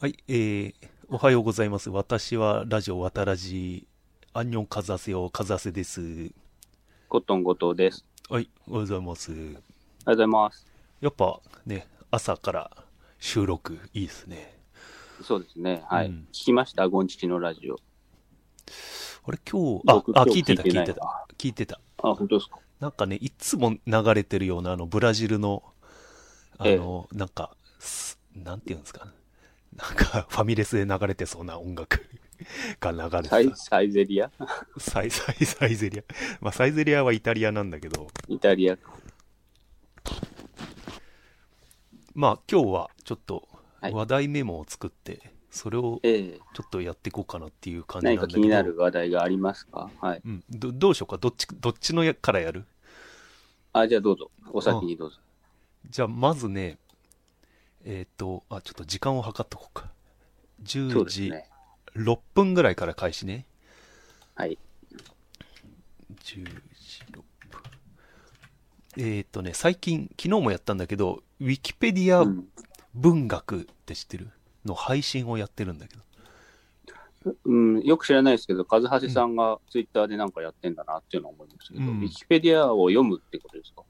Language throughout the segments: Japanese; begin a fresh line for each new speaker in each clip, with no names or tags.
はい、えー、おはようございます。私はラジオわたらじ、アンニョンカズアセヨカズアセです。
コットン後藤です。
はい、おはようございます。
ありがとうございます。
やっぱね、朝から収録いいですね。
そうですね。はい。
うん
聞きました、ゴンチキのラジオ。
あれ、今日、あ
僕、
あ
今
聞
日
いてた、
聞いて
聞
ないい
てた、聞いてた。
あ、本当ですか。
なんかね、いつも流れてるような、あの、ブラジルの、あの、なんか、すなんていうんですか、なんか、 ファミレスで流れてそうな音楽 が流れて
サイ
た。
サイゼリア
サイ、サイ、サイゼリア。まあ、サイゼリアはイタリアなんだけど、
イタリア。
まあ今日はちょっと
はい
話題メモを作って、それを
ええ
ちょっとやっていこうかなっていう感じなん
何
だけ
か
ど
気になる話題がありますかはい。
うん、どどうしようかどっちどっちのやからやる
あ、じゃあどうぞ。お先にどうぞ。
じゃあまずねえっ、とあちょっと時間を計っとこうか
そう
10
です
時
ね。
6分ぐらいから開始ね
はい。
10時6分えっ、とね最近昨日もやったんだけどウィキペディ
う
ア
ん、
文学って知ってる、の配信をやってるんだけど
うんよく知らないですけど、カズハセさんがツイッターでなんかやってんだなっていうのは思いましたけど、
うん
ウィキペディアを読むってことですか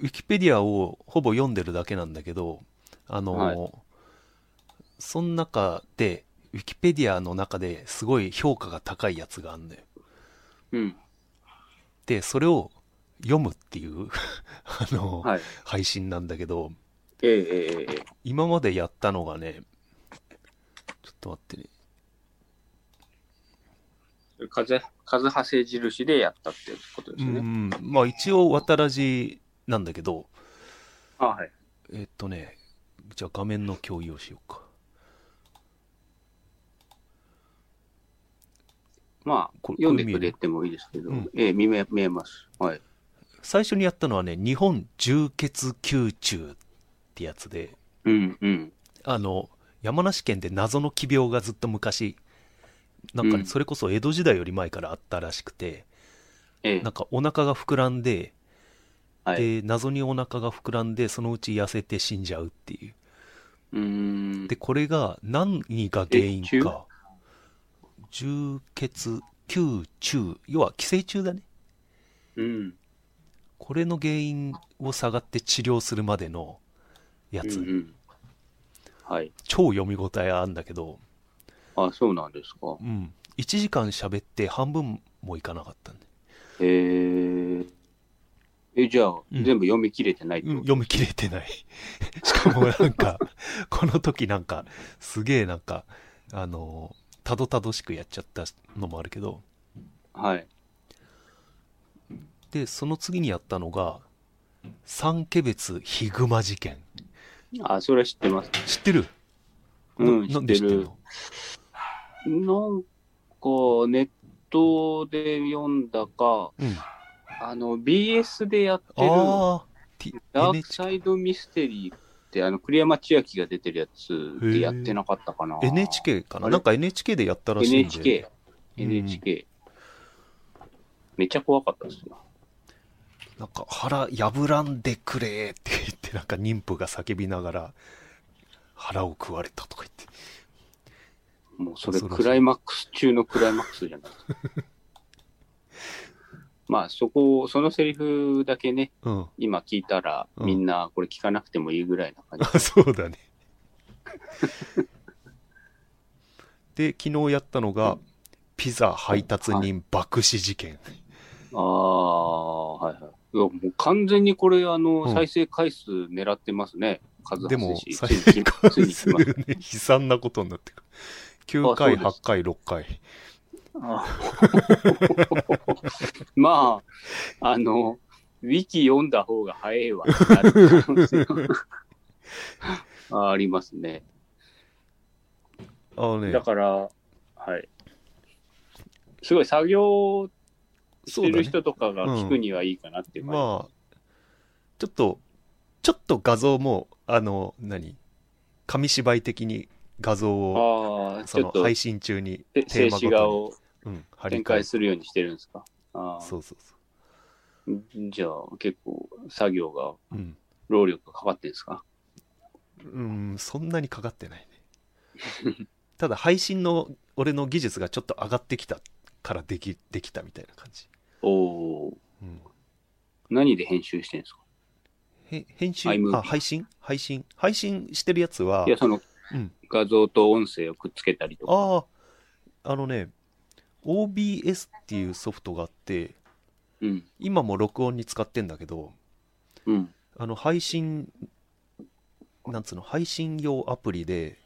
ウィキペディアをほぼ読んでるだけなんだけど、あの、
はい
その中で、ウィキペディアの中ですごい評価が高いやつがあんのよ。
うん。
で、それを読むっていう、 あの、
はい。
配信なんだけど、
ええええええ
今までやったのがね、ちょっと待ってね。
ええ。カズカズハセ印でやったってことで
う
すね。
ん、まあ一応、渡らじなんだけど、
あ、はい。
えっとね、じゃあ画面の共有をしようか。
まあ、
これ
読んでくれてもいいですけど、
うん
ええ見え、見えます。はい。
最初にやったのはね、日本重血宮中ってやつで、
うん、うん。
あの、山梨県で謎の奇病がずっと昔、なんかね、
うん
それこそ江戸時代より前からあったらしくて、
ええ
なんかお腹が膨らんで、
は
で、
い。
謎にお腹が膨らんで、そのうち痩せて死んじゃうっていう。
うーん。
で、これが何が原因
え中
か。重血、宮中、要は寄生虫だね。
うん。
これの原因を探って治療するまでのやつ。
うんうんはい。
超読み応えあるんだけど、
あ、そうなんですか
う。ん、1時間喋って半分もいかなかったんで、
へーえ、じゃあ、
ん
全部読み切れてないって
うん
こと、
読み切れて ない。しかもなんか、この時なんか、すげえなんか、あのー、たどたどしくやっちゃったのもあるけど、
はい。
で、その次にやったのが、三家別ヒグマ事件。
あ、それは知ってます。
知ってる
うん、
な
知っ
んで
て
知ってる
る。
の
なんか、ネットで読んだか、
うん。
あの、BS でやってる、
ああ、T-
ダークサ
NHK
イドミステリーって、あの、栗山千明が出てるやつでやってなかったかな。
NHK かな
あれ
なんか NHK でやったらしいんで。
NHK。NHK。めっちゃ怖かったですよ。
なんか腹破らんでくれって言ってなんか妊婦が叫びながら腹を食われたとか言って
もうそれ
恐ろしい
クライマックス中のクライマックスじゃないですか。 まあそこを、そのセリフだけね、
うん
今聞いたら
うん
みんなこれ聞かなくてもいいぐらいな 感じ。
あそうだねで昨日やったのがピザ配達人爆死事件、
ああ、はいはい。いやもう完全にこれ、あの、
うん
再生回数狙ってますね。数
でも
つ
再
いに
生
来
回
ついに
数
来ま
ね
す。
悲惨なことになってくる9
あ
回
そうです
8回6回
あー まあ、あの、ウィキ読んだ方が早いわってなる可能性は ありますね。
あのね
だから、はい。すごい作業し
そ
て
うだ
る
ね
人とかが聞くにはいいかなっていう感じ。
まあ、ちょっと、ちょっと画像も、あの、何紙芝居的に画像を、
ああ、
そ
ちょ
の
っと
配信中に
て静
テーマ
止
ご
画
と
を
に、うん、張り替え
展開するようにしてるんですか。あ
そうそうそ
あ、じゃあ結構作業が、
う。うん。
労力がかかってるんですか。
うん、そんなにかかってないね。 ただ配信の俺の技術がちょっと上がってきたからできできたみたいな感じ、
おー
うん、
何で編集してんですか
へ編集
iMovie
あ配信配信配信してるやつはい
や、その、
うん
画像と音声をくっつけたりとか。
あああのね OBS っていうソフトがあって
うん。
今も録音に使ってんだけど
うん。
あの配信なんつうの配信用アプリで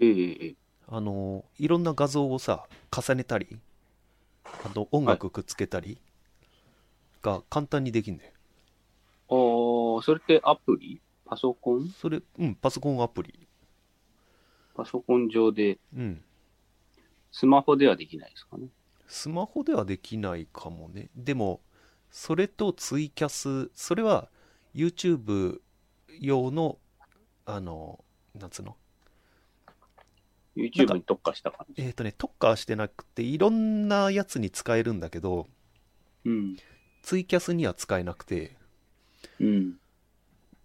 ええええ
あのいろんな画像をさ重ねたりあと音楽くっつけたりが簡単にできんだよ、
あーそれってアプリパソコン
それうんパソコンアプリ
パソコン上で、
うん
スマホではできないですかね。
スマホではできないかもねでもそれとツイキャスそれは YouTube 用のあのなんつうの
YouTube に特化した感じ。
えっ、とね特化はしてなくていろんなやつに使えるんだけど
うん。
ツイキャスには使えなくて
うん。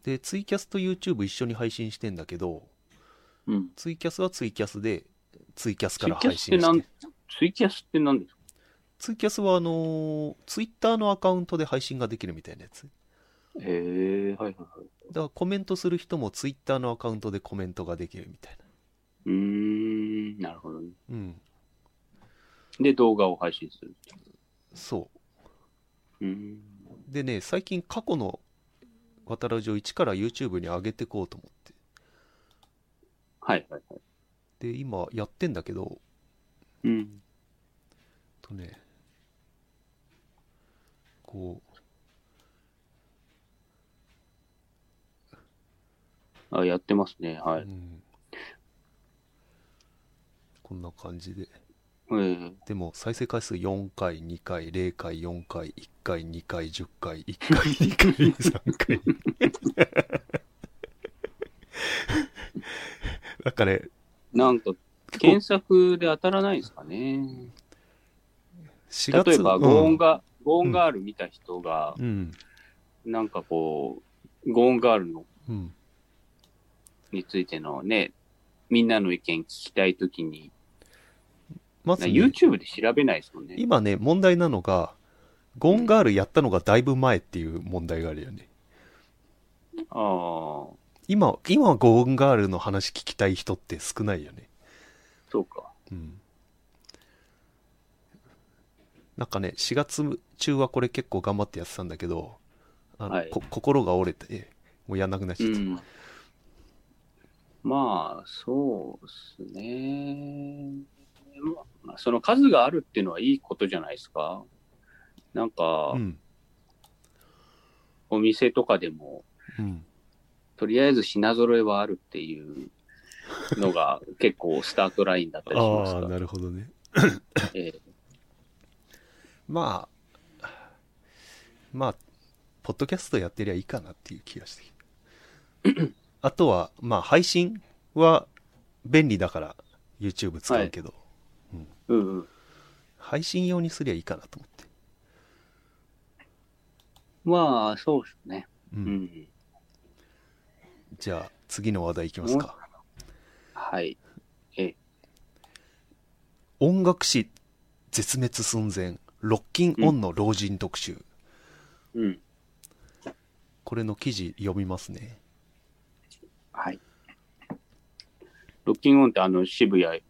でツイキャスと YouTube 一緒に配信してんだけど
うん。
ツイキャスはツイキャスでツイキャス
ツ
か
イ
ら
キャ
配
スって
信
な
し
ん
て、
ツイキャスって何ですか
ツイキャスはあのー、ツイッターのアカウントで配信ができるみたいなやつ
ええはいはいはい。
だからコメントする人もツイッターのアカウントでコメントができるみたいう
ーん、なるほどね。
なうん
で、動画を配信する。
そう
ーん。
うでね最近過去の渡ラジオ1から YouTube に上げてこうと思っ
はいはいはい。
てで今やってんだけど
うん。
とねこう
あ、やってますね。は
う
い。
んこんな感じで
えー、
でも再生回数4回、2回、0回、4回、1回、2回、10回、1回、2回、3回。 なんかね、
なんか、
結構
検索で当たらないですかね。
4月
例えば、
うん
ゴーンが、ゴーンガール見た人が、
うん。
なんかこう、ゴーンガールの
うん。
についてのね、みんなの意見聞きたいときに、
ま
な
ずね、
YouTube で調べないですもんね。
今ね、問題なのが、ゴンガールやったのがだいぶ前っていう問題があるよね。
ああ、
今、今ゴンガールの話聞きたい人って少ないよね。
そうか。
うんなんかね4月中はこれ結構頑張ってやってたんだけどあの、
はい
こ心が折れてもうやんなくなっ
う
ちゃった、
ん。まあ、そうですね。まあ、その数があるっていうのはいいことじゃないですか。なんか
う、ん
お店とかでも、
うん
とりあえず品揃えはあるっていうのが結構スタートラインだったりしま
あ
す
あ
か
なるほどね
ら、ええ
まあまあポッドキャストやってりゃいいかなっていう気がしてきた あとはまあ配信は便利だから YouTube 使うけど、
うんうん。
配信用にすりゃいいかなと思って、
まあ、そうですね。
うん
うん。
じゃあ次の話題いきますか、
はい。
音楽史絶滅寸前ロッキンオンの老人特集、
うん。
これの記事読みますね
はい。ロッキンオンってあの渋谷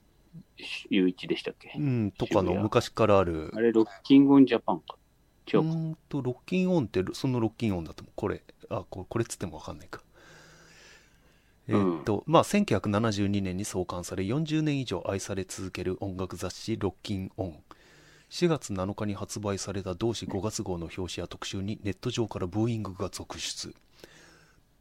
雄一でしたっけ、
うんとか
渋
の
谷
昔からある
あれ、ロッキンオンジャパンか。違
う
うか。
ーんとロッキンオンってそのロッキンオンだと思うこれあここれっつっても分かんないかえ
うん
ーっとまあ1972年に創刊され40年以上愛され続ける音楽雑誌「ロッキンオン」4月7日に発売された同誌5月号の表紙や特集にネット上からブーイングが続出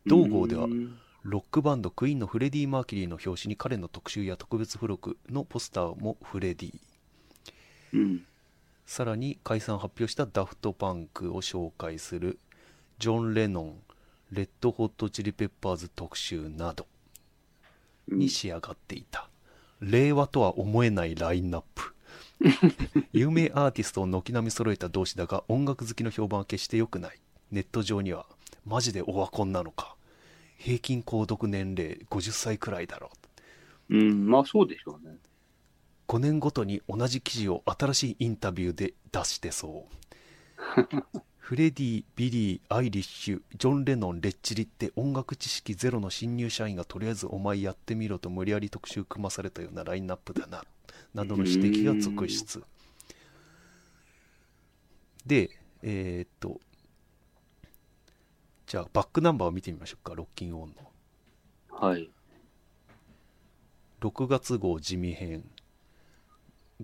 同号では
うん
ロックバンドクイーンのフレディ・マーキュリーの表紙に彼の特集や特別付録のポスターもフレディ
うん。
さらに解散発表したダフトパンクを紹介するジョン・レノンレッド・ホット・チリ・ペッパーズ特集など
うん
に仕上がっていた、令和とは思えないラインナッ プ有名アーティストを軒並み揃えた同志だが音楽好きの評判は決して良くないネット上にはマジでオワコンなのか平均購読年齢50歳くらいだろう
うん、まあそうでしょうね。
5年ごとに同じ記事を新しいインタビューで出してそうフレディビリーアイリッシュジョン・レノンレッチリって音楽知識ゼロの新入社員がとりあえずお前やってみろと無理やり特集組まされたようなラインナップだななどの指摘が続出でえーっとじゃあバックナンバーを見てみましょうかロッキンオンの
はい。
6月号地味編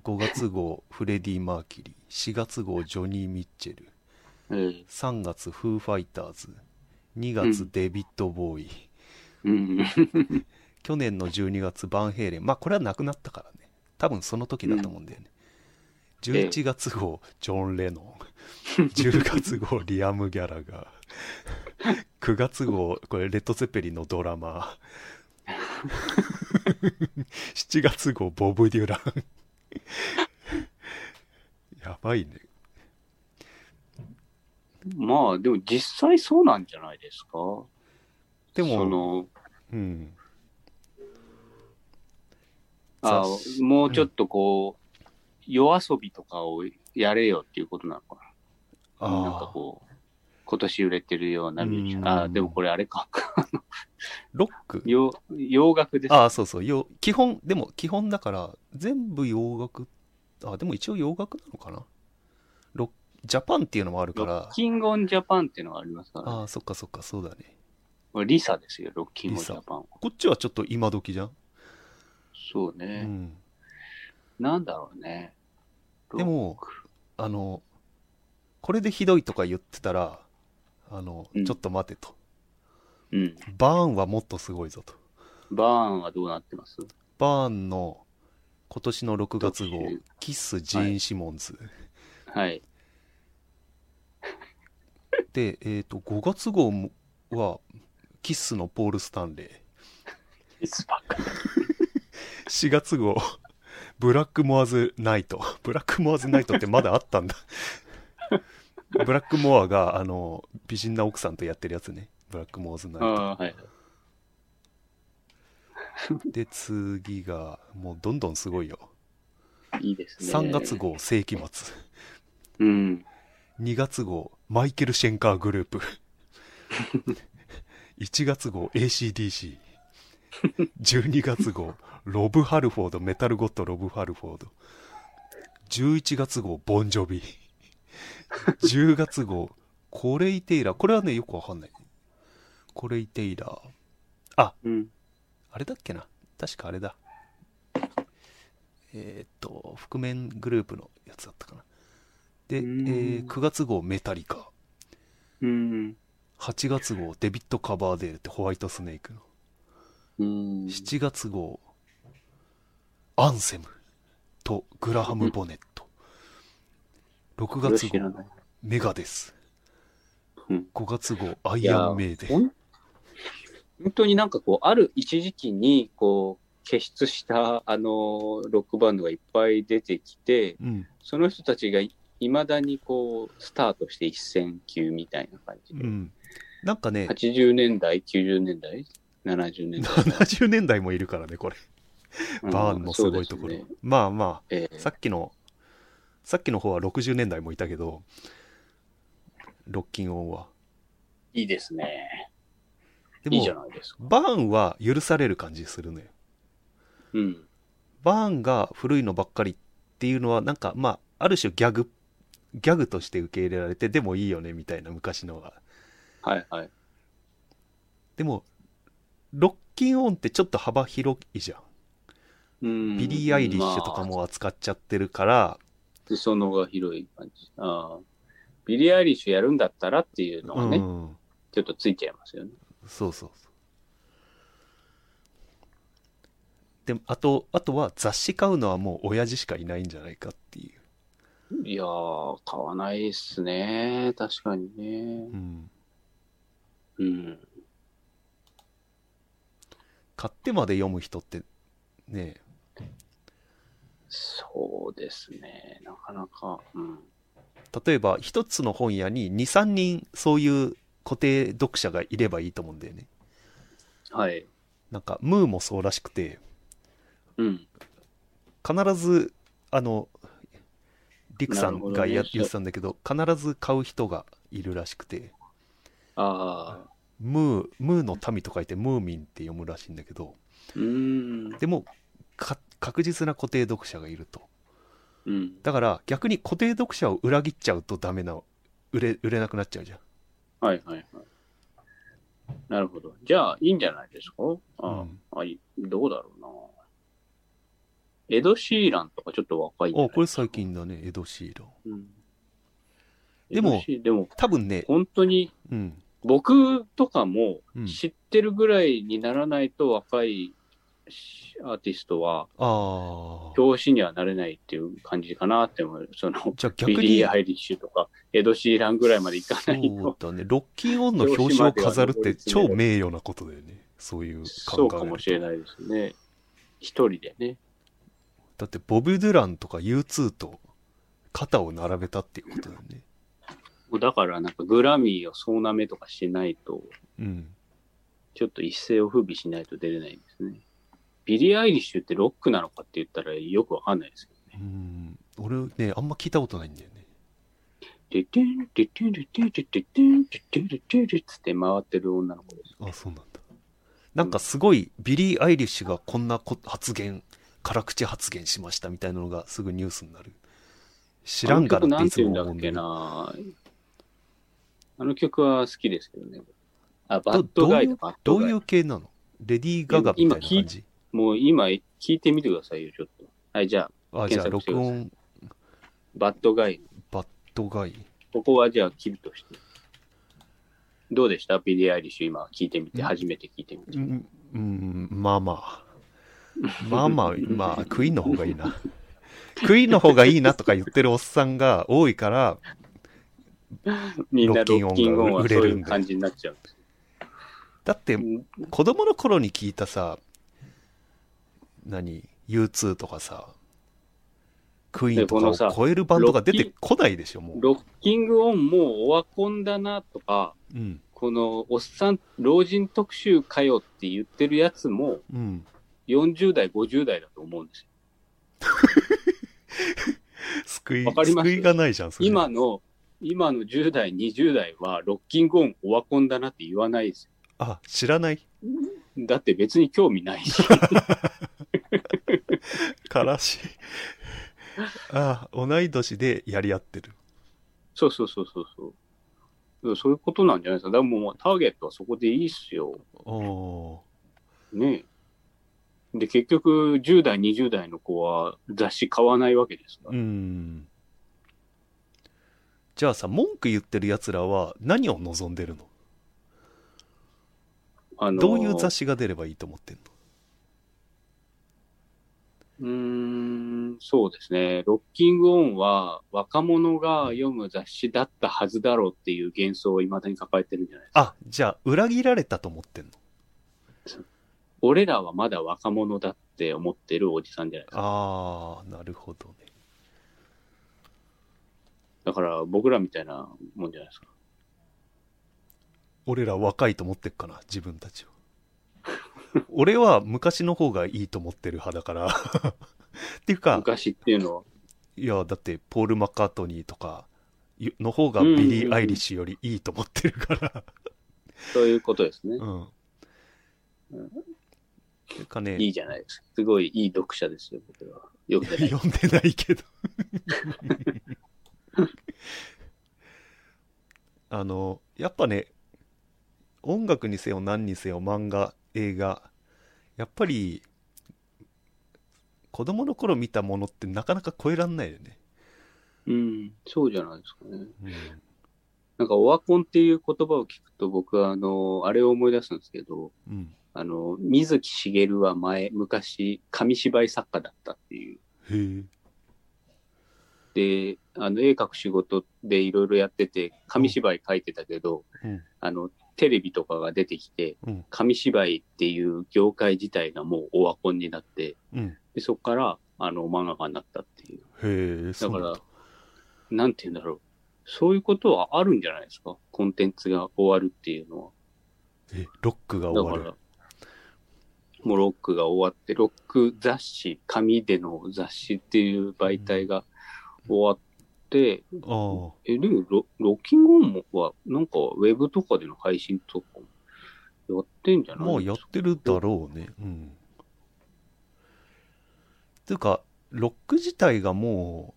5月号フレディ・マーキュリー4月号ジョニー・ミッチェル
えー
3月フー・ファイターズ2
う
月デビッド・ボーイ、
うん。
去年の12月バンヘイレンまあこれはなくなったからね多分その時だと思うんだよね、11月号ジョン・レノン10月号リアム・ギャラガー9月号これレッド・ゼッペリンのドラマー7月号ボブ・デュランやばいね
まあでも実際そうなんじゃないですか。
で
そ
も、
の
うん、
あ
雑誌
もうちょっとこう、夜遊びとかをやれよっていうことなのかな。なんか
ああ
こう、今年売れてるようなミュージシャ
うん
ン。ああ、でもこれあれか。
ロック
洋洋楽です。
ああ、そうそう。よ基本、でも基本だから、全部洋楽、あ、でも一応洋楽なのかなロジャパンっていうのもあるか
ロ
ら
ッ、キングオンジャパンっていうのがありますから、
ああ、そっかそっか、そうだね。
これリサですよ、ロッキングオンジャパンは。
こっちはちょっと今時じゃん。
そう
う
ね、
ん。
なんだろうね。
でも、あの、これでひどいとか言ってたら、あの、
うん
ちょっと待てと。
うん。
バーンはもっとすごいぞと。
バーンはどうなってます
バーンの今年の6月号
特集、
キッス・ジーン・シモンズ。
はい。
で、えっ、と、5月号もは、キッスのポール・スタンレー。
いつばっか
4月号ブラックモアズナイトブラックモアズナイトってまだあったんだブラックモアがあの美人な奥さんとやってるやつねブラックモアズナイ
あ
ト
あ、はい。
で次がもうどんどんすごいよ
いいですね。
3月。号世紀末
うん。
2月号マイケル・シェンカーグルー プ1月号 ACDC12 月号ロブ・ハルフォードメタルゴッド・ロブ・ハルフォード11月号ボンジョビ10月号コレイ・テイラーこれはねよくわかんないコレイ・テイラー
うん。
あれだっけな確かあれだえーっと覆面グループのやつだったかなで、え
うん
ー9月号メタリカ
うん。
8月号デビット・カバーデールってホワイトスネークの
うん。
7月号アンセムとグラハム・ボネット6
これ
月
知ら
号
ない。
メガデス
うん
5月号ア
い
イ
や
アン・メイデ
ほ
ン
ん本当になんかこう、ある一時期に、こう、傑出した、あの、ロックバンドがいっぱい出てきて、
うん
その人たちがいまだにこう、スタートして一戦級みたいな感じ
う
で。
んなんかね
80年代、90年代、70年代。
70年代もいるからねこれ
うん
バーンのすごいところ、
そうですね
まあま
え
あ
え
さっきのさっきの方は60年代もいたけどロッキンオンはい
いですね。
で
いいじゃ
も
ないですか。
バーンは許される感じするのよ
うん。
バーンが古いのばっかりっていうのはなんかまあある種ギャグギャグとして受け入れられてでもいいよねみたいな昔のが
はいはい。
でもロッキンオンってちょっと幅広いじゃん、
うん
ビリー・アイリッシュとか。も扱っちゃってるから、
まあ裾野が広い感じ。ああ。ビリー・アイリッシュやるんだったらっていうのがね、
うん
ちょっとついちゃいますよね。
そうそうそうであとあとは雑誌買うのはもう親父しかいないんじゃないかっていう
いやー、買わないっすね。確かにね。
うん
うん。
買ってまで読む人ってね
そうですね。なかなか。うん。
例えば一つの本屋に23人そういう固定読者がいればいいと思うんだよね
はい。
なんかムーもそうらしくて
うん。
必ずあのリクさんが
なる
や、
ほどね
言ってたんだけど必ず買う人がいるらしくて
ああ。
ムームーの民と書いてムーミンって読むらしいんだけど
うーん。
でもか確実な固定読者がいると
うん。
だから逆に固定読者を裏切っちゃうとダメな売れ売れなくなっちゃうじゃん
はいはいはい。なるほど。じゃあ、いいんじゃないですかあ、
うん
あいどうだろうな。エド・シーランとかちょっと若いんじゃない
あこれ最近だねエド・シーラン
うん
でも
LC でも
多分ね
本当に
うん
僕とかも
うん
知ってるぐらいにならないと若いしアーティストは
ああ
表紙にはなれないっていう感じかなって思う。その、
じゃあ逆
ビリ
に
ー・アイリッシュとか、エド・シーランぐらいまでいか
そ
ないと。
うだねロッキンオンの表紙を飾るって超名誉なことだよねそういう考え
そうかもしれないですね。一人でね。
だってボブ・ドゥランとか U2 と肩を並べたっていうことだよね
だからなんかグラミーを総なめとかしないと、
うん
ちょっと一世を風靡しないと出れないんですね。ビリー・アイリッシュってロックなのかって言ったらよくわかんないですけど
う
ね。
ん俺ねあんま聞いたことないんだよね
てってんてってんてってんてってんてってんてってんてつって回ってる女の子です。
あそうなんだなんかすごいビリー・アイリッシュがこんなこ発言辛口発言しましたみたいなのがすぐニュースになる知らんから
あ
っ
の曲
て
ないんて
つ
言うん
も
だ
思う
っ
んだ
け
けど
な。あの曲は好きですけどね。あ、バ
ど
ッドガイだ、バッド
ど
ガ
うい。
イ
う系なのレディー・ガガみたいな
今聞
感
い
じ
もう今聞いてみてくださいよ、ちょっと。はい、じゃあ、
あじゃあ
検索して
録
ください
音
バッドガイ。
バッドガイ
ここはじゃあ切るとして。どうでしたビリー・アイリッシュ今聞いてみて、
うん
初めて聞いてみて。
うんうんまあまあまあまあまあクイーンの方がいいなクイーンの方がいいなとか言ってるおっさんが多いから
みんな
ロ
ロ
ッ
ッ
キ
キ
ン
ン
オ
オ
ン
ン
が
は
売
そ
れ
う
る
い
ん
う
だ
感じになっちゃう。
だって子供の頃に聞いたさ何 U2 とかさクイーンと
でこの
かを
さ
超えるバンドが出
ロ
て
ッ
こないでしょもう、
ロッキングオンもうオワコンだなとか、
うん
このおっさん、老人特集かよって言ってるやつも
うん、
40代、50代だと思うんですよ。
救い
わかります
救いがないじゃんそれ
今の、今の10代、20代はロッキングオンオワコンだなって言わないです
あ知らない
よ。だって別に興味な いし。
からしあ同い年でやり合ってる
そうそうそうそうそう。うんそういうことなんじゃないですか。だからもうターゲットはそこでいいっすよ。
おー
ねえで、結局、10代、20代の子は雑誌買わないわけですか
う
ら。
んじゃあさ文句言ってるやつらは何を望んでるの
あの
どういう雑誌が出ればいいと思ってんの
うーん、そうですね。ロッキングオンは若者が読む雑誌だったはずだろうっていう幻想を未だに抱えてるんじゃない
あじゃあ裏切られたと思ってんの
俺らはまだ若者だって思ってるおじさんじゃないですか。
ああなるほどね
だから僕らみたいなもんじゃないですか。
俺ら若いと思ってっかな自分たちを俺は昔の方がいいと思ってる派だから っていうか
昔っていうのは。
いやだってポール・マッカートニーとかの方がビリ
うんうんう
ー・
ん
アイリッシュよりいいと思ってるから
そういうことですね。
うんてかね
いいじゃないですか。すごいいい読者ですよ、僕は。読んで ない。
読んでないけどあのやっぱね音楽にせよ何にせよ漫画映画やっぱり子供の頃見たものってなかなか超えらんないよね、
うん、そうじゃないですかね。
うん
なんか、オワコンっていう言葉を聞くと、僕は、あの、あれを思い出すんですけど、
うん
あの、水木しげるは前、昔、紙芝居作家だったっていう。
へえ
で、あの、絵描く仕事でいろいろやってて、紙芝居描いてたけど、
うん
あの、テレビとかが出てきて、
うん
紙芝居っていう業界自体がもうオワコンになって、
うんへ
でそこから、あの、漫画家になったっていう。
えそ
だ
うなん
か
だ
ら、なんて言うんだろう。そういうことはあるんじゃないですか。コンテンツが終わるっていうのは。
えロックが
だ
終
か
わる
ら、もうロックが終わって、ロック雑誌、紙での雑誌っていう媒体が終わって、
あ
え、でもロ、ロッキングオンもは、なんかウェブとかでの配信とかもやってんじゃ
あ
ない
まあやってるだろうねうんていうかロック自体がも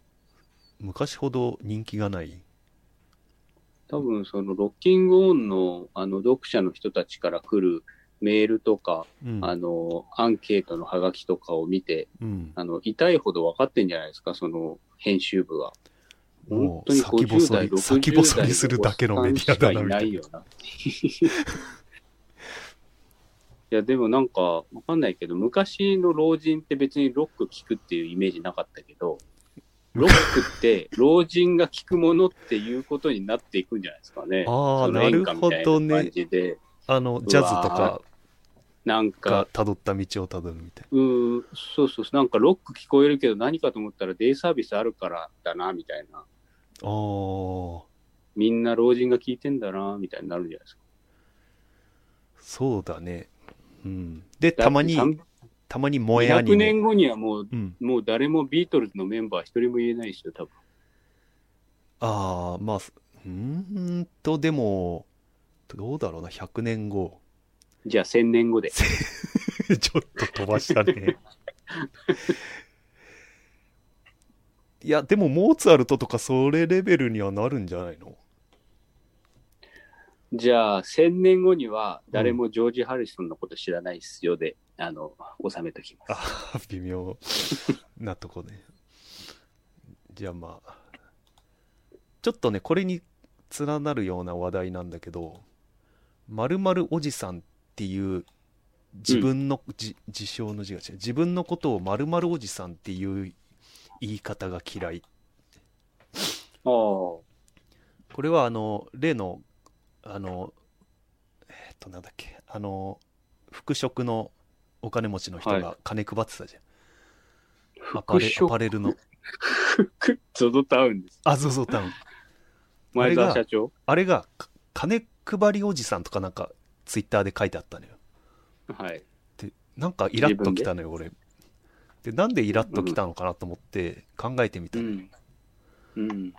う昔ほど人気がない
多分そのロッキングオンのあの読者の人たちから来るメールとか、
うん
あの、アンケートのハガキとかを見て、
うん
あの、痛いほど分かってんじゃないですか、その編集部は。本
も
当
う
に
先
50
細
代、
り
60代
先細りするだけのメディアだなみたい
い
な
よな。いや、でもなんか、わかんないけど、昔の老人って別にロック聞くっていうイメージなかったけど、ロックって老人が聞くものっていうことになっていくんじゃないですかね。
ああ
その
な
演
る
歌
ほ
みたい
ど
な感
ね
じで、
あのジャズと
うわ
か
なんか
が、たどった道をたどるみたいう
ーん、そうそう、なんかロック聞こえるけど何かと思ったらデイサービスあるからだな、みたいな。
なああ
みんな老人が聞いてんだな、みたいになるんじゃないですか。
そうだね。うん、で、たまに、たまに萌えアニ
100
メ。
年後にはもう、
うん、
もう誰もビートルズのメンバー一人も言えないですよ、多分。
ああ、まあ、すうーんと、でも、どうだろうな、100年後。
じゃあ1000年後で。
ちょっと飛ばしたね。いや、でも、モーツァルトとか、それレベルにはなるんじゃないの
じゃあ1000年後には誰もジョージ・ハリソンのこと知らないっすよで、あの、収めときます。
あー微妙なとこね。じゃあまあ、ちょっとね、これに連なるような話題なんだけど、まるおじさんっていう、自分の、じ自称の字が違う。自分のことをまるおじさんっていう言い方が嫌い。
ああ。
これはあの、例の、あの、えっと、なんだっけ、あの、服飾のお金持ちの人
は
が金配ってたじゃん。アパレ
服飾
アパレルの。
クゾゾタウンです。
あ、そうそう、多分。
前
あ
澤
れ
社長
あれが、か金配りおじさんとかなんか、ツイッターで書いてあったのよ。
はい。
で、なんかイラッときたのよ、俺。で、なんでイラッときたのかなと思って考えてみた
う
の。
ん。うん。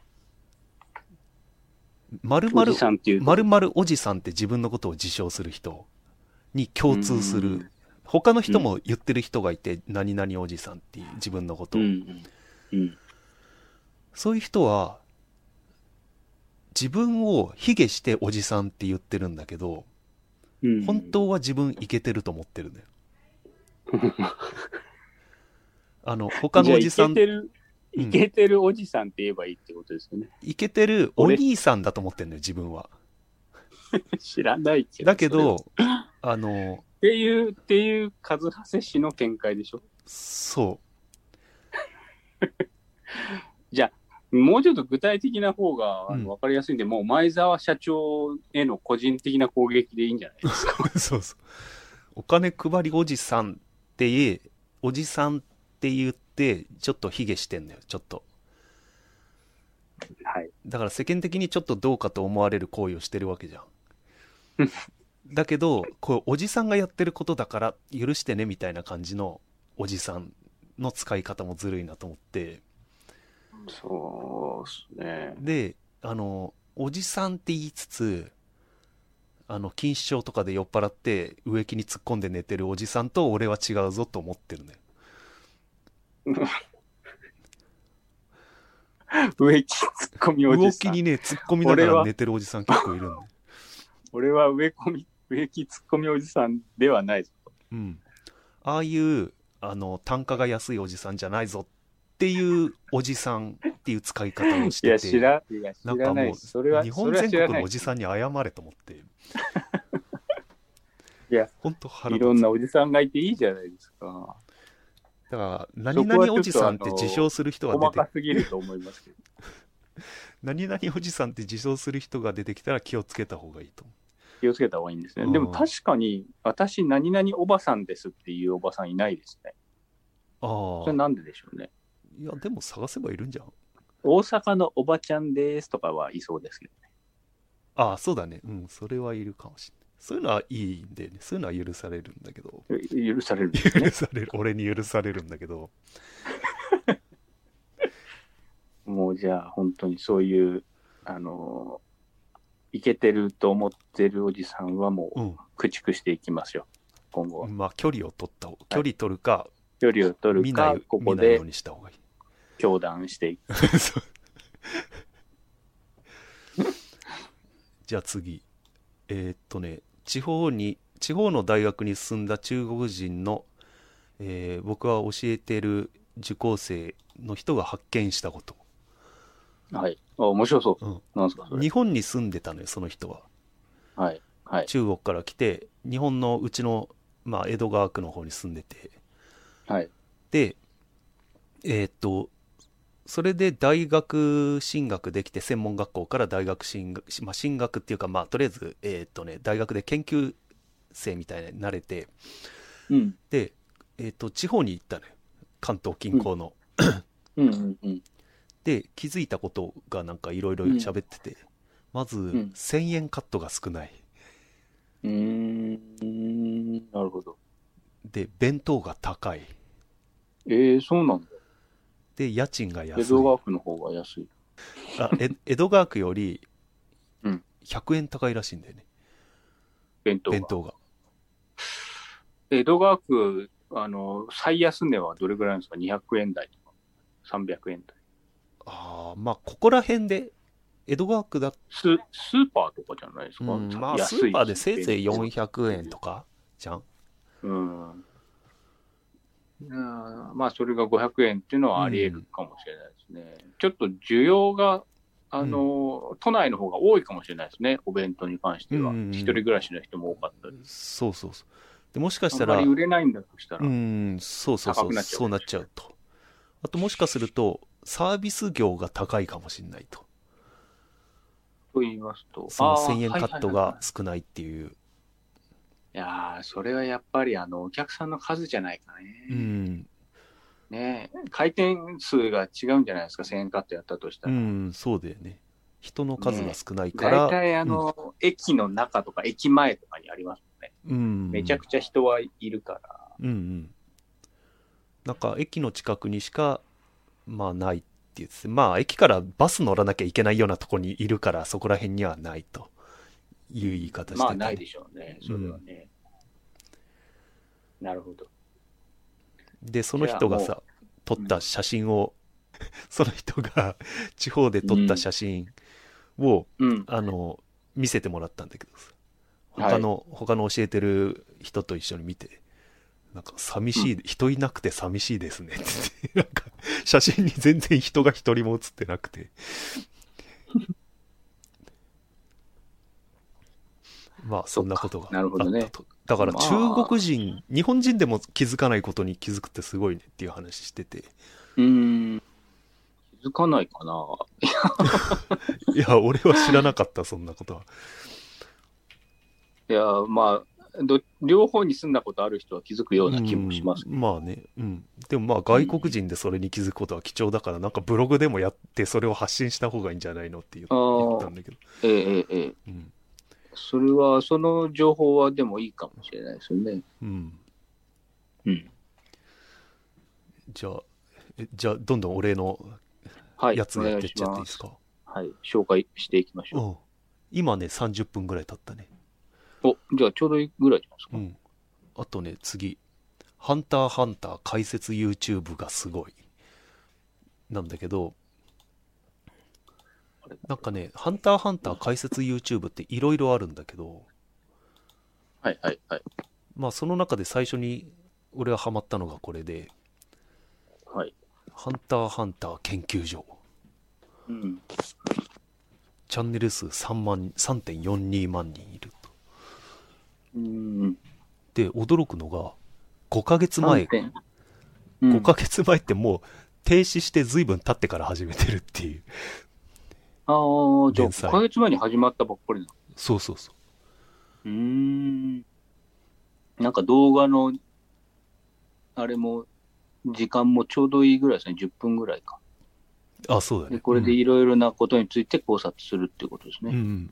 まる
お
まる
じ、さんっていうと。
まるまるおじさんって自分のことを自称する人に共通す
う
る
ん。
他の人も言ってる人がいて、何々おじさんっていう自分のこと
う
を。
ん。うん。
そういう人は、自分を卑下しておじさんって言ってるんだけど、
うん
本当は自分イケてると思って るのよ。あの、他のおじさん
じゃあイケて、る、
うん
イケてるおじさんって言えばいいってことですよね。
イケてるお兄さんだと思ってるのよ、自分は。
知らないけど。
だけ
それっ
ど、あの、
ていう、っていう、カズハセ氏の見解でしょ。
そ
もうちょっと具体的な方があ
うん
のわかりやすいんで、もう前澤社長への個人的な攻撃でいいんじゃないですか。
う、 そうそう。お金配りおじさんって言え、おじさんって言って、ちょっと卑下してんのよ、ちょっと。
はい。
だから世間的にちょっとどうかと思われる行為をしてるわけじゃん
う。
だけど、こう、おじさんがやってることだから許してねみたいな感じのおじさんの使い方もずるいなと思って。
そうですね。
で、あの、おじさんって言いつつ、あの、錦糸町とかで酔っ払って植木に突っ込んで寝てるおじさんと俺は違うぞと思ってるね。
植木ツッコミお
植
じさ
木
ん。
にね、突っ込みなが
俺
ら
は
寝てるおじさん結構いるんだよ。
俺は植込み、植木ツッコミおじさんではないぞ。
うん、ああいうあの単価が安いおじさんじゃないぞっていうおじさんっていう使い方をし
い
て
や、知
て
ら、いや、知
なん
ら
か
ない
も
です。それは、
う日
そ
本
れは
全
知ら
国
な
の
い
お。じさんに謝れと思って
いや
本当腹
い
立
ろん
つ
なおじさんがいていいじゃないですか。
だから何々おじさんって自称する人が
細
出て
かすぎると思いま すけど。
何々おじさんって自称する人が出てきたら気をつけた方がいいと思
気をつけた方がいいんです
うん
ね。でも確かに、私、何々おばさんですっていうおばさんいないですね。そうれ
ああ
なんででしょうね。
いやでも探せばいるんじゃん
大阪のおばちゃんですとかはいそうですけど。
ああそうだねうんそれはいるかもしれないそういうのはいいんでね、そういうのは許されるんだけど、
許されるんで す
許
ね。
される、俺に許されるんだけど、
もうじゃあ、本当にそういう、あのー、いけてると思ってるおじさんはもう
うん、
駆逐していきますよ、今後は。
まあ距離を取った方、距離取るか、
距離を取
見
る
な
か
い、、
ここ
見ないよ
で
うにした方がいい。
教団していく。
そうじゃあ次えーっとね地方に地方の大学に進んだ中国人の、えー僕は教えてる受講生の人が発見したこと、
はい。あ、面白そう。
うん
なんですか、それ。
日本に住んでたのよその人は
はい。はい。
中国から来て日本のうちの、まあ、江戸川区の方に住んでて
はい。
でえーっとそれで大学進学できて専門学校から大学進学、しまあ、進学っていうかまあとりあえずえーっとね大学で研究生みたいになれて
うん。
でえーっと地方に行ったのよ関東近郊の、
うんうんうん。
で気づいたことがなんかいろいろ喋ってて、まず、
ん
1000円カットが少ないう
ーん。なるほど。
で弁当が高い
えー、そうなんだ。
で家賃が安
江
い
戸川区の方が安い。
あえ江戸川区より
うん
100円高いらしいんだよね、
弁当が
弁当が
江戸川区、あの、最安値はどれぐらいなんですか ?200 円台とか、300円台。
ああ、まあ、ここら辺で、江戸川区だ、
ススーパーとかじゃないですか、
うんまあ、
安
ス
い
ーパーでせいぜい
4
400円とかじゃん。
うん。うんまあ、それが500円っていうのはあり得るかもしれないですね。ちょっと需要が、あの、都内の方が多いかもしれないですね、お弁当に関しては。
う
一、
んうんうん
人暮らしの人も多かったり。
そうそうそう。でもしかし
あ
た
んま
ら、
り
う
売れないんだとしたら。
ん、そうそうそ
高
う、
くなっちゃう
そうなっちゃうと。あと、もしかすると、サービス業が高いかもしれないと。
と言いますと。
その
あー
1000円カット
はいはいはい
が
はい
少ないっていう。
いやーそれはやっぱり、あの、お客さんの数じゃないかね。
うん、
ねえ回転数が違うんじゃないですか、1000円カットやったとした
う
ら。
ん、そうだよね。人の数が少ないから、
大体あの、駅の中とか駅前とかにありますもんね。
うん、
めちゃくちゃ人はいるから。
うんうんなんか駅の近くにしかまあないって言っててまあ駅からバス乗らなきゃいけないようなとこにいるからそこら辺にはないという言い方して
まあ
たね
ないでしょうね、それはね。なるほど。
でその人がさ撮った写真をその人が地方で撮った写真を、
うん。
あの見せてもらったんだけどさ
はい
他の、他の教えてる人と一緒に見てなんか寂しい、人いなくて寂しいですねって言ってなん か写真に全然人が一人も写ってなく てまあそんなことが
な
あ
るほど
っ
ね
たと、だから中国人、日本人でも気づかないことに気づくってすごいねっていう話してて
うーん。気づかないかな。
いや俺は知らなかったそんなことは、
いや、まあど、両方に住んだことある人は気づくような気もします。
うんまあね、うん、でもまあ外国人でそれに気づくことは貴重だから、なんかブログでもやってそれを発信した方がいいんじゃないのって言っ
あー
言ったんだけど、
ええええええ。
うん
それは、その情報はでもいいかもしれないですよね。
うん、
うん。
じゃあえじゃあどんどんお礼の
はい。
やつ
お
や
願
って
い
っ
し
ちゃっていい
ま。
ですすか、
はい。紹介していきましょ
うん、今ね30分ぐらい経ったね、
う。お、じゃあちょうどいいぐらいじゃないですか。
うん、あとね次「ハンターハンター」解説 YouTube がすごいなんだけど
あれ
なんかね「ハンターハンター」解説 YouTube っていろいろあるんだけど
はいはいはい。
まあその中で最初に俺はハマったのがこれで
はい。
「ハンターハンター研究所
うん。」
チャンネル数3万3.42万人いると
うん。
で驚くのが5ヶ月前
3.5
5ヶ月前ってもう停止して随分経ってから始めてるっていう
ああ、じゃあ
連載
5ヶ月前に始まったばっかりなの。
そうそうそう
うーん。なんか動画の、あれも、時間もちょうどいいぐらいですね。10分ぐらいか。
あそうだね
で、これでいろいろなことについて考察するってことです
うんう
ね。
ん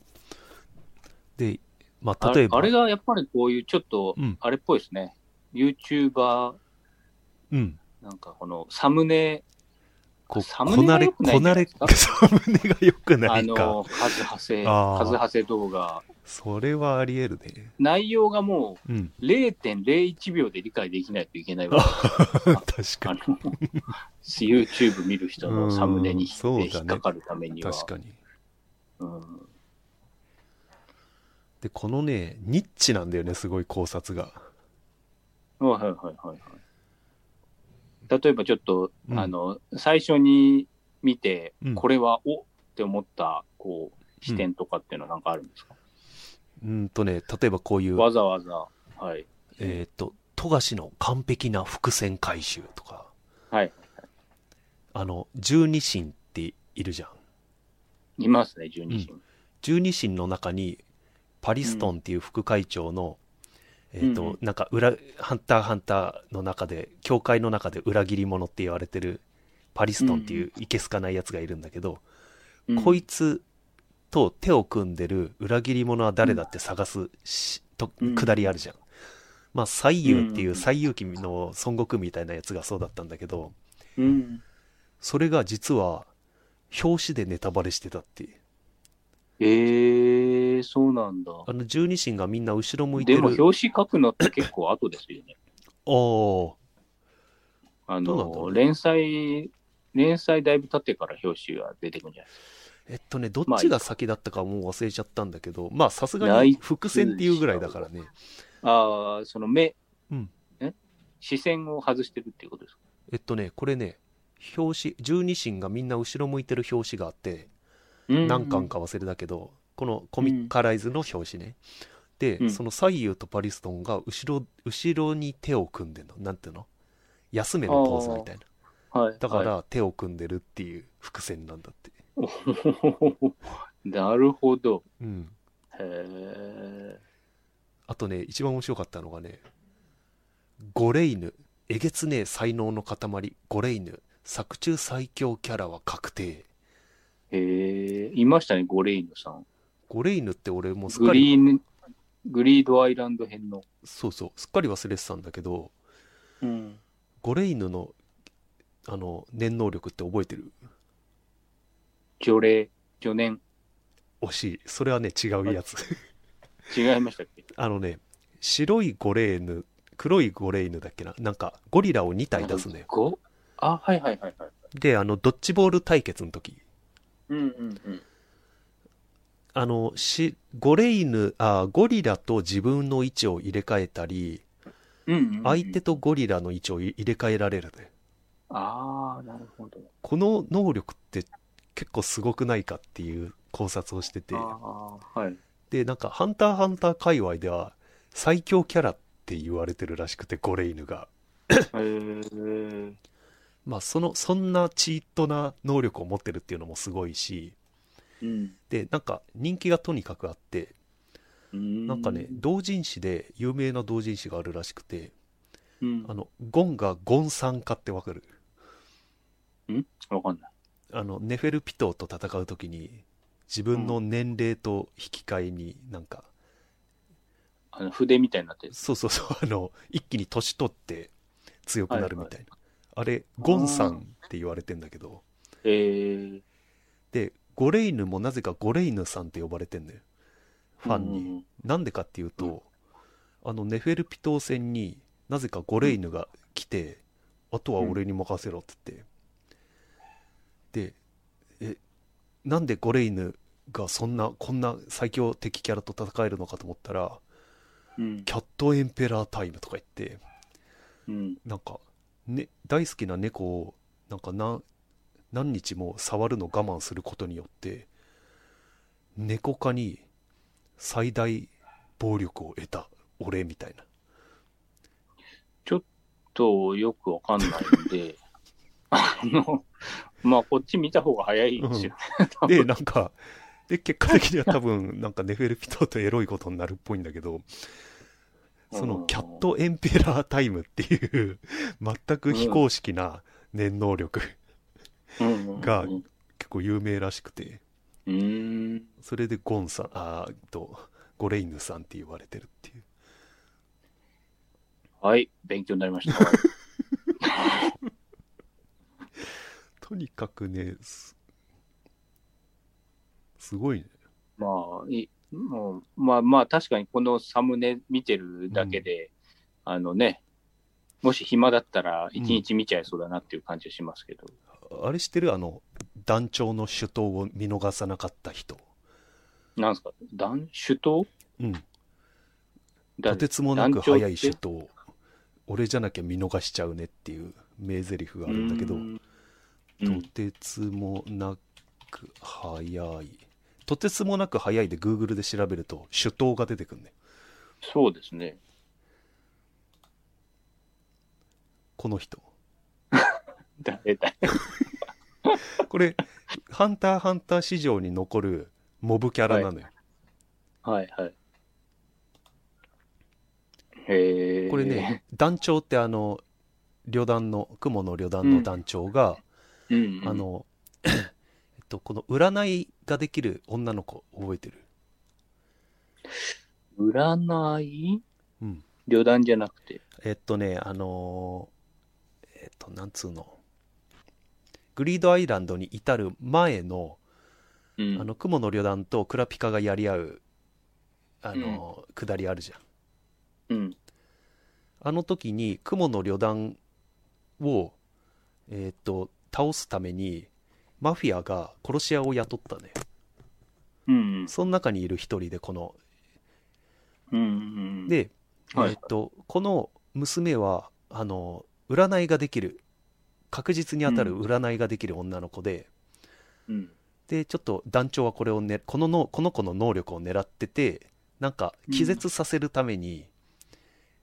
でまあ、
あ
例え
れ
ば、
あれがやっぱりこういうちょっと
うん、
あれっぽいですね。YouTuber、
うん。
なんかこのサムネ、
こ
サ
こ
ムネ
な
が
れ、
良くない
こ
んじ
な
ゃな
れ、
いですか
サムネが良くな
あ
いか。
の、カズハセ、
あー
カズハセ動画、
それはあり得るね。
内容がも
うん。
う0.01秒で理解できないといけないわけ
確か
あ
に。
の YouTube 見る人のサムネ
う
に
んそうだね
引っかかるためには。
確かに。
うん
で、このね、ニッチなんだよね、すごい考察が。
はいはいはいはいはい。例えばちょっと、
うん
あの、最初に見て、
うん
これはおって思った、こう、視点とかっていうのはなんかあるんですか、
うんとね、例えばこういう、
わざわざ、はい。
えーっと、富樫の完璧な伏線回収とか、
はい。
あの、十二神っているじゃん。
いますね、十二神。
十二神の中にパリストンっていう副会長の、えっ、と、
うんうん
なんか裏ハンターハンターの中で教会の中で裏切り者って言われてるパリストンっていういけすかないやつがいるんだけど、
うん
こいつと手を組んでる裏切り者は誰だって探すし、と
うん
下りあるじゃん。まあ、西遊ってい
うん
う西遊記の孫悟空みたいなやつがそうだったんだけど、
うん。
それが実は表紙でネタバレしてたっていう。
えー、そうなんだ。
あの十二神がみんな後ろ向いて
で
る。
も、表紙書くのって結構後です よね。
おー
あ
どうなんだろ
の、
う
連載、連載だいぶ経ってから表紙が出てくるんじゃないですか。
えっとね、どっちが先だったかもう忘れちゃったんだけど、まあさすが
ない
に伏線っていうぐらいだからね。
ああ、その目、
うん
え視線を外してるっていうことですか
えっとね、これね、表紙、十二神がみんな後ろ向いてる表紙があって、何巻か忘れだけど、このコミカライズの表紙ね。で、
うん
その左右とパリストンが後ろ、後ろに手を組んでんの。なんていうの休めのポーズみたいな。
はい、
だか
は
ら手を組んでるっていう伏線なんだって。
い なるほど。
うん。
へえ。
あとね、一番面白かったのがね、ゴレイヌ、えげつねえ才能の塊、ゴレイヌ、作中最強キャラは確定。
へえ。いましたね、ゴレイヌさん。
ゴレイヌって俺もうすっ
グ
かり、
リーン、グリードアイランド編の。
そうそう、すっかり忘れてたんだけど、
うん。
ゴレイヌの、あの、念能力って覚えてる
除霊、除念。
惜しい。それはね、違うやつ。
違いましたっけ
あのね、白いゴレイヌ、黒いゴレイヌだっけななんか、ゴリラを2体出すんだよ。
ごあ、はいはいはいはい。
で、あの、ドッジボール対決の時、
うんうんうん。
あのしゴレイヌあゴリラと自分の位置を入れ替えたり
うんうんうん
相手とゴリラの位置を入れ替えられるね
ああ、なるほど。
この能力って結構すごくないかっていう考察をしてて
ああ、はい。
でなんか「ハンターハンター」界隈では最強キャラって言われてるらしくてゴレイヌが
へえ。
まあそのそんなチートな能力を持ってるっていうのもすごいし
うん。
でなんか人気がとにかくあって
な
なんかね同人誌で有名な同人誌があるらしくて
うん、
あの、ゴンがゴンさんかってわかる
わかんない。
あの、ネフェルピトーと戦うときに、自分の年齢と引き換えになんか、
あの筆みたいになってる。
そうそうそう、 あの、一気に年取って強くなるみたいな。あれ、
ー
ゴンさんって言われてんだけど、
ええ
で、ゴレイヌもなぜかゴレイヌさんって呼ばれてんのよ。ファンに。
に。
なんでかっていうと、あの、ネフェルピトー戦になぜかゴレイヌが来て、あとは俺に任せろって言って。で、え、なんでゴレイヌがそんな、こんな最強敵キャラと戦えるのかと思ったら、
うん
キャットエンペラータイムとか言って、
うん。
なんか、ね、大好きな猫を、なんか何、何日も触るの我慢することによって、猫科に最大暴力を得た俺みたいな。
と、よくわかんないんで、あの、まあ、こっち見た方が早いですよね。多分
で、なんか、で、結果的には多分、なんかネフェルピトーとエロいことになるっぽいんだけど、そのキャットエンペラータイムっていう、全く非公式な念能力、が
うん
結構有名らしくて、
うん。
それでゴンさん、あーえっと、ゴレイヌさんって言われてるっていう。
はい、勉強になりました。
とにかくね、すすごいね。
まあ、いもうまあまあ、確かにこのサムネ見てるだけで、あのね、もし暇だったら、一日見ちゃいそうだなっていう感じはしますけど、
あれしてるあの、団長の首頭を見逃さなかった人。
なんですか、団首頭
うん。
だ
とてつもなく
団
速
長
い
って
首頭。俺じゃなきゃ見逃しちゃうねっていう名台詞があ
う
るんだけど。
ん
とてつもなく早い。とてつもなく早いで Google で調べると首頭が出てくるね。
そうですね。
この人。
誰だ
これ、ハンターハンター史上に残るモブキャラなのよ。
はいはい。へえ。
これね、団長ってあの、旅団の、雲の旅団の団長が、
うんうん、
あの、えっと、この占いができる女の子、覚えてる
占い
うん。
旅団じゃなくて。
えっとね、あのーえっと、なんつうの。グリードアイランドに至る前の、
うん、
あの、雲の旅団とクラピカがやり合う、あのー下りあるじゃん。
うん。
あの時に雲の旅団を、えーっと、倒すために、マフィアが殺し屋を雇ったね。
うん。
その中にいる一人で、この、
うんうん。、
で、
はい
えーっと、この娘は、あの、占いができる、確実に当たる占いができる女の子で、
うん。
で、ちょっと団長はこれをね、このの、この子の能力を狙ってて、なんか、気絶させるために、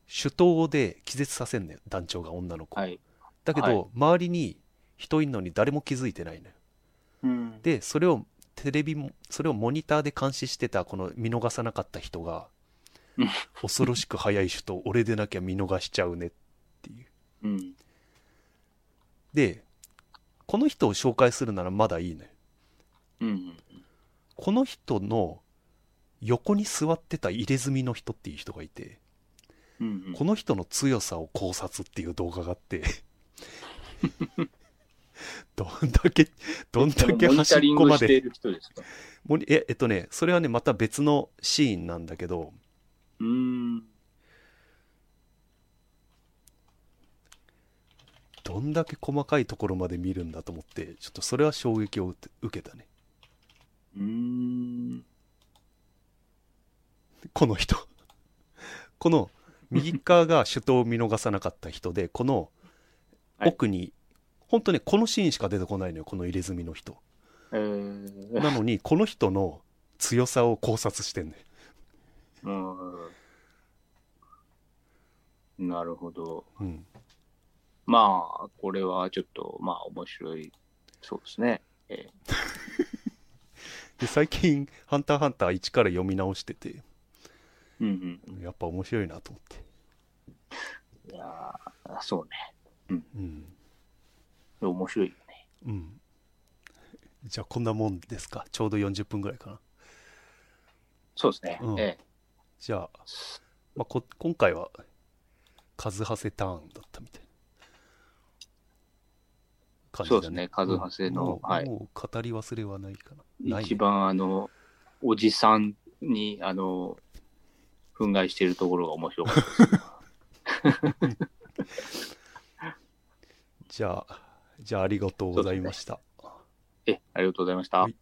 手刀で気絶させんね団長が女の子。
はい。
だけど、
はい
周りに人いるのに誰も気づいてないのよ
うん。
でそれをテレビもそれをモニターで監視してたこの見逃さなかった人が
うん
恐ろしく速い人と俺でなきゃ見逃しちゃうねっていう
うん。
でこの人を紹介するならまだいいのよ
うん。
この人の横に座ってた入れ墨の人っていう人がいて
うん。
この人の強さを考察っていう動画があって どんだけどんだけ
モニ
端
タ
っ
リン
こ
グ
ま
し
で
ている人ですか
もにええっとねそれはねまた別のシーンなんだけど
うーん。
どんだけ細かいところまで見るんだと思ってちょっとそれは衝撃を受受けたね
うーん。
この人 この右側が首都を見逃さなかった人でこの
はい
奥に、本当ねこのシーンしか出てこないのよこの入れ墨の人
えー、
なのにこの人の強さを考察してんね
うん。なるほど。
うん
まあ、これはちょっと、まあ、面白い。そうですね。え
で最近「ハンターハンター」1から読み直してて
ー、うん
やっぱ面白いなと思って
うん。いやーそうね。
うん
面白いよね。
うん。じゃあこんなもんですか。ちょうど40分ぐらいかな。
そうですね。
うん
え
じゃあ、まあ、こ今回は、カズハセターンだったみたいな感じだ、
そうですねカズハセの
うんもう
はい
もう語り忘れはないか
え
な。ないね
一番、あの、おじさんに、あの、憤慨してるところが面白かった。
じゃあ、じゃあありがとうございました。
え、ありがとうございました。
はい